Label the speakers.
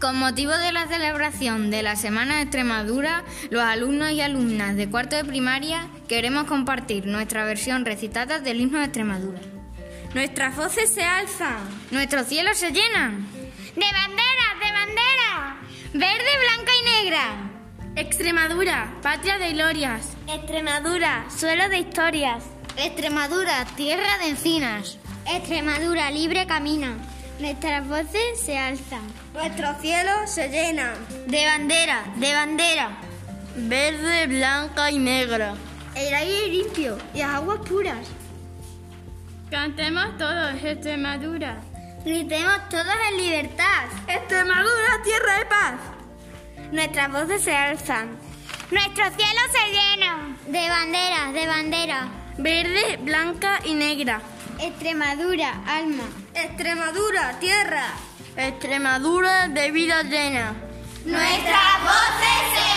Speaker 1: Con motivo de la celebración de la Semana de Extremadura, los alumnos y alumnas de cuarto de primaria queremos compartir nuestra versión recitada del himno de Extremadura.
Speaker 2: Nuestras voces se alzan.
Speaker 1: Nuestros cielos se llenan
Speaker 3: ¡De banderas, de banderas!
Speaker 1: verde, blanca y negra.
Speaker 2: Extremadura, patria de glorias.
Speaker 3: Extremadura, suelo de historias.
Speaker 1: Extremadura, tierra de encinas.
Speaker 3: Extremadura, libre camina. Nuestras voces se alzan.
Speaker 2: Nuestros cielos se llenan.
Speaker 1: De bandera, de bandera.
Speaker 2: Verde, blanca y negra.
Speaker 3: El aire limpio y las aguas puras.
Speaker 4: Cantemos todos Extremadura.
Speaker 3: Gritemos todos en libertad.
Speaker 2: Extremadura, tierra de paz.
Speaker 3: Nuestras voces se alzan.
Speaker 1: Nuestros cielos se llenan.
Speaker 3: De banderas, de banderas.
Speaker 2: Verde, blanca y negra.
Speaker 3: Extremadura, alma.
Speaker 2: Extremadura, tierra. Extremadura de vida llena.
Speaker 3: Nuestras voces se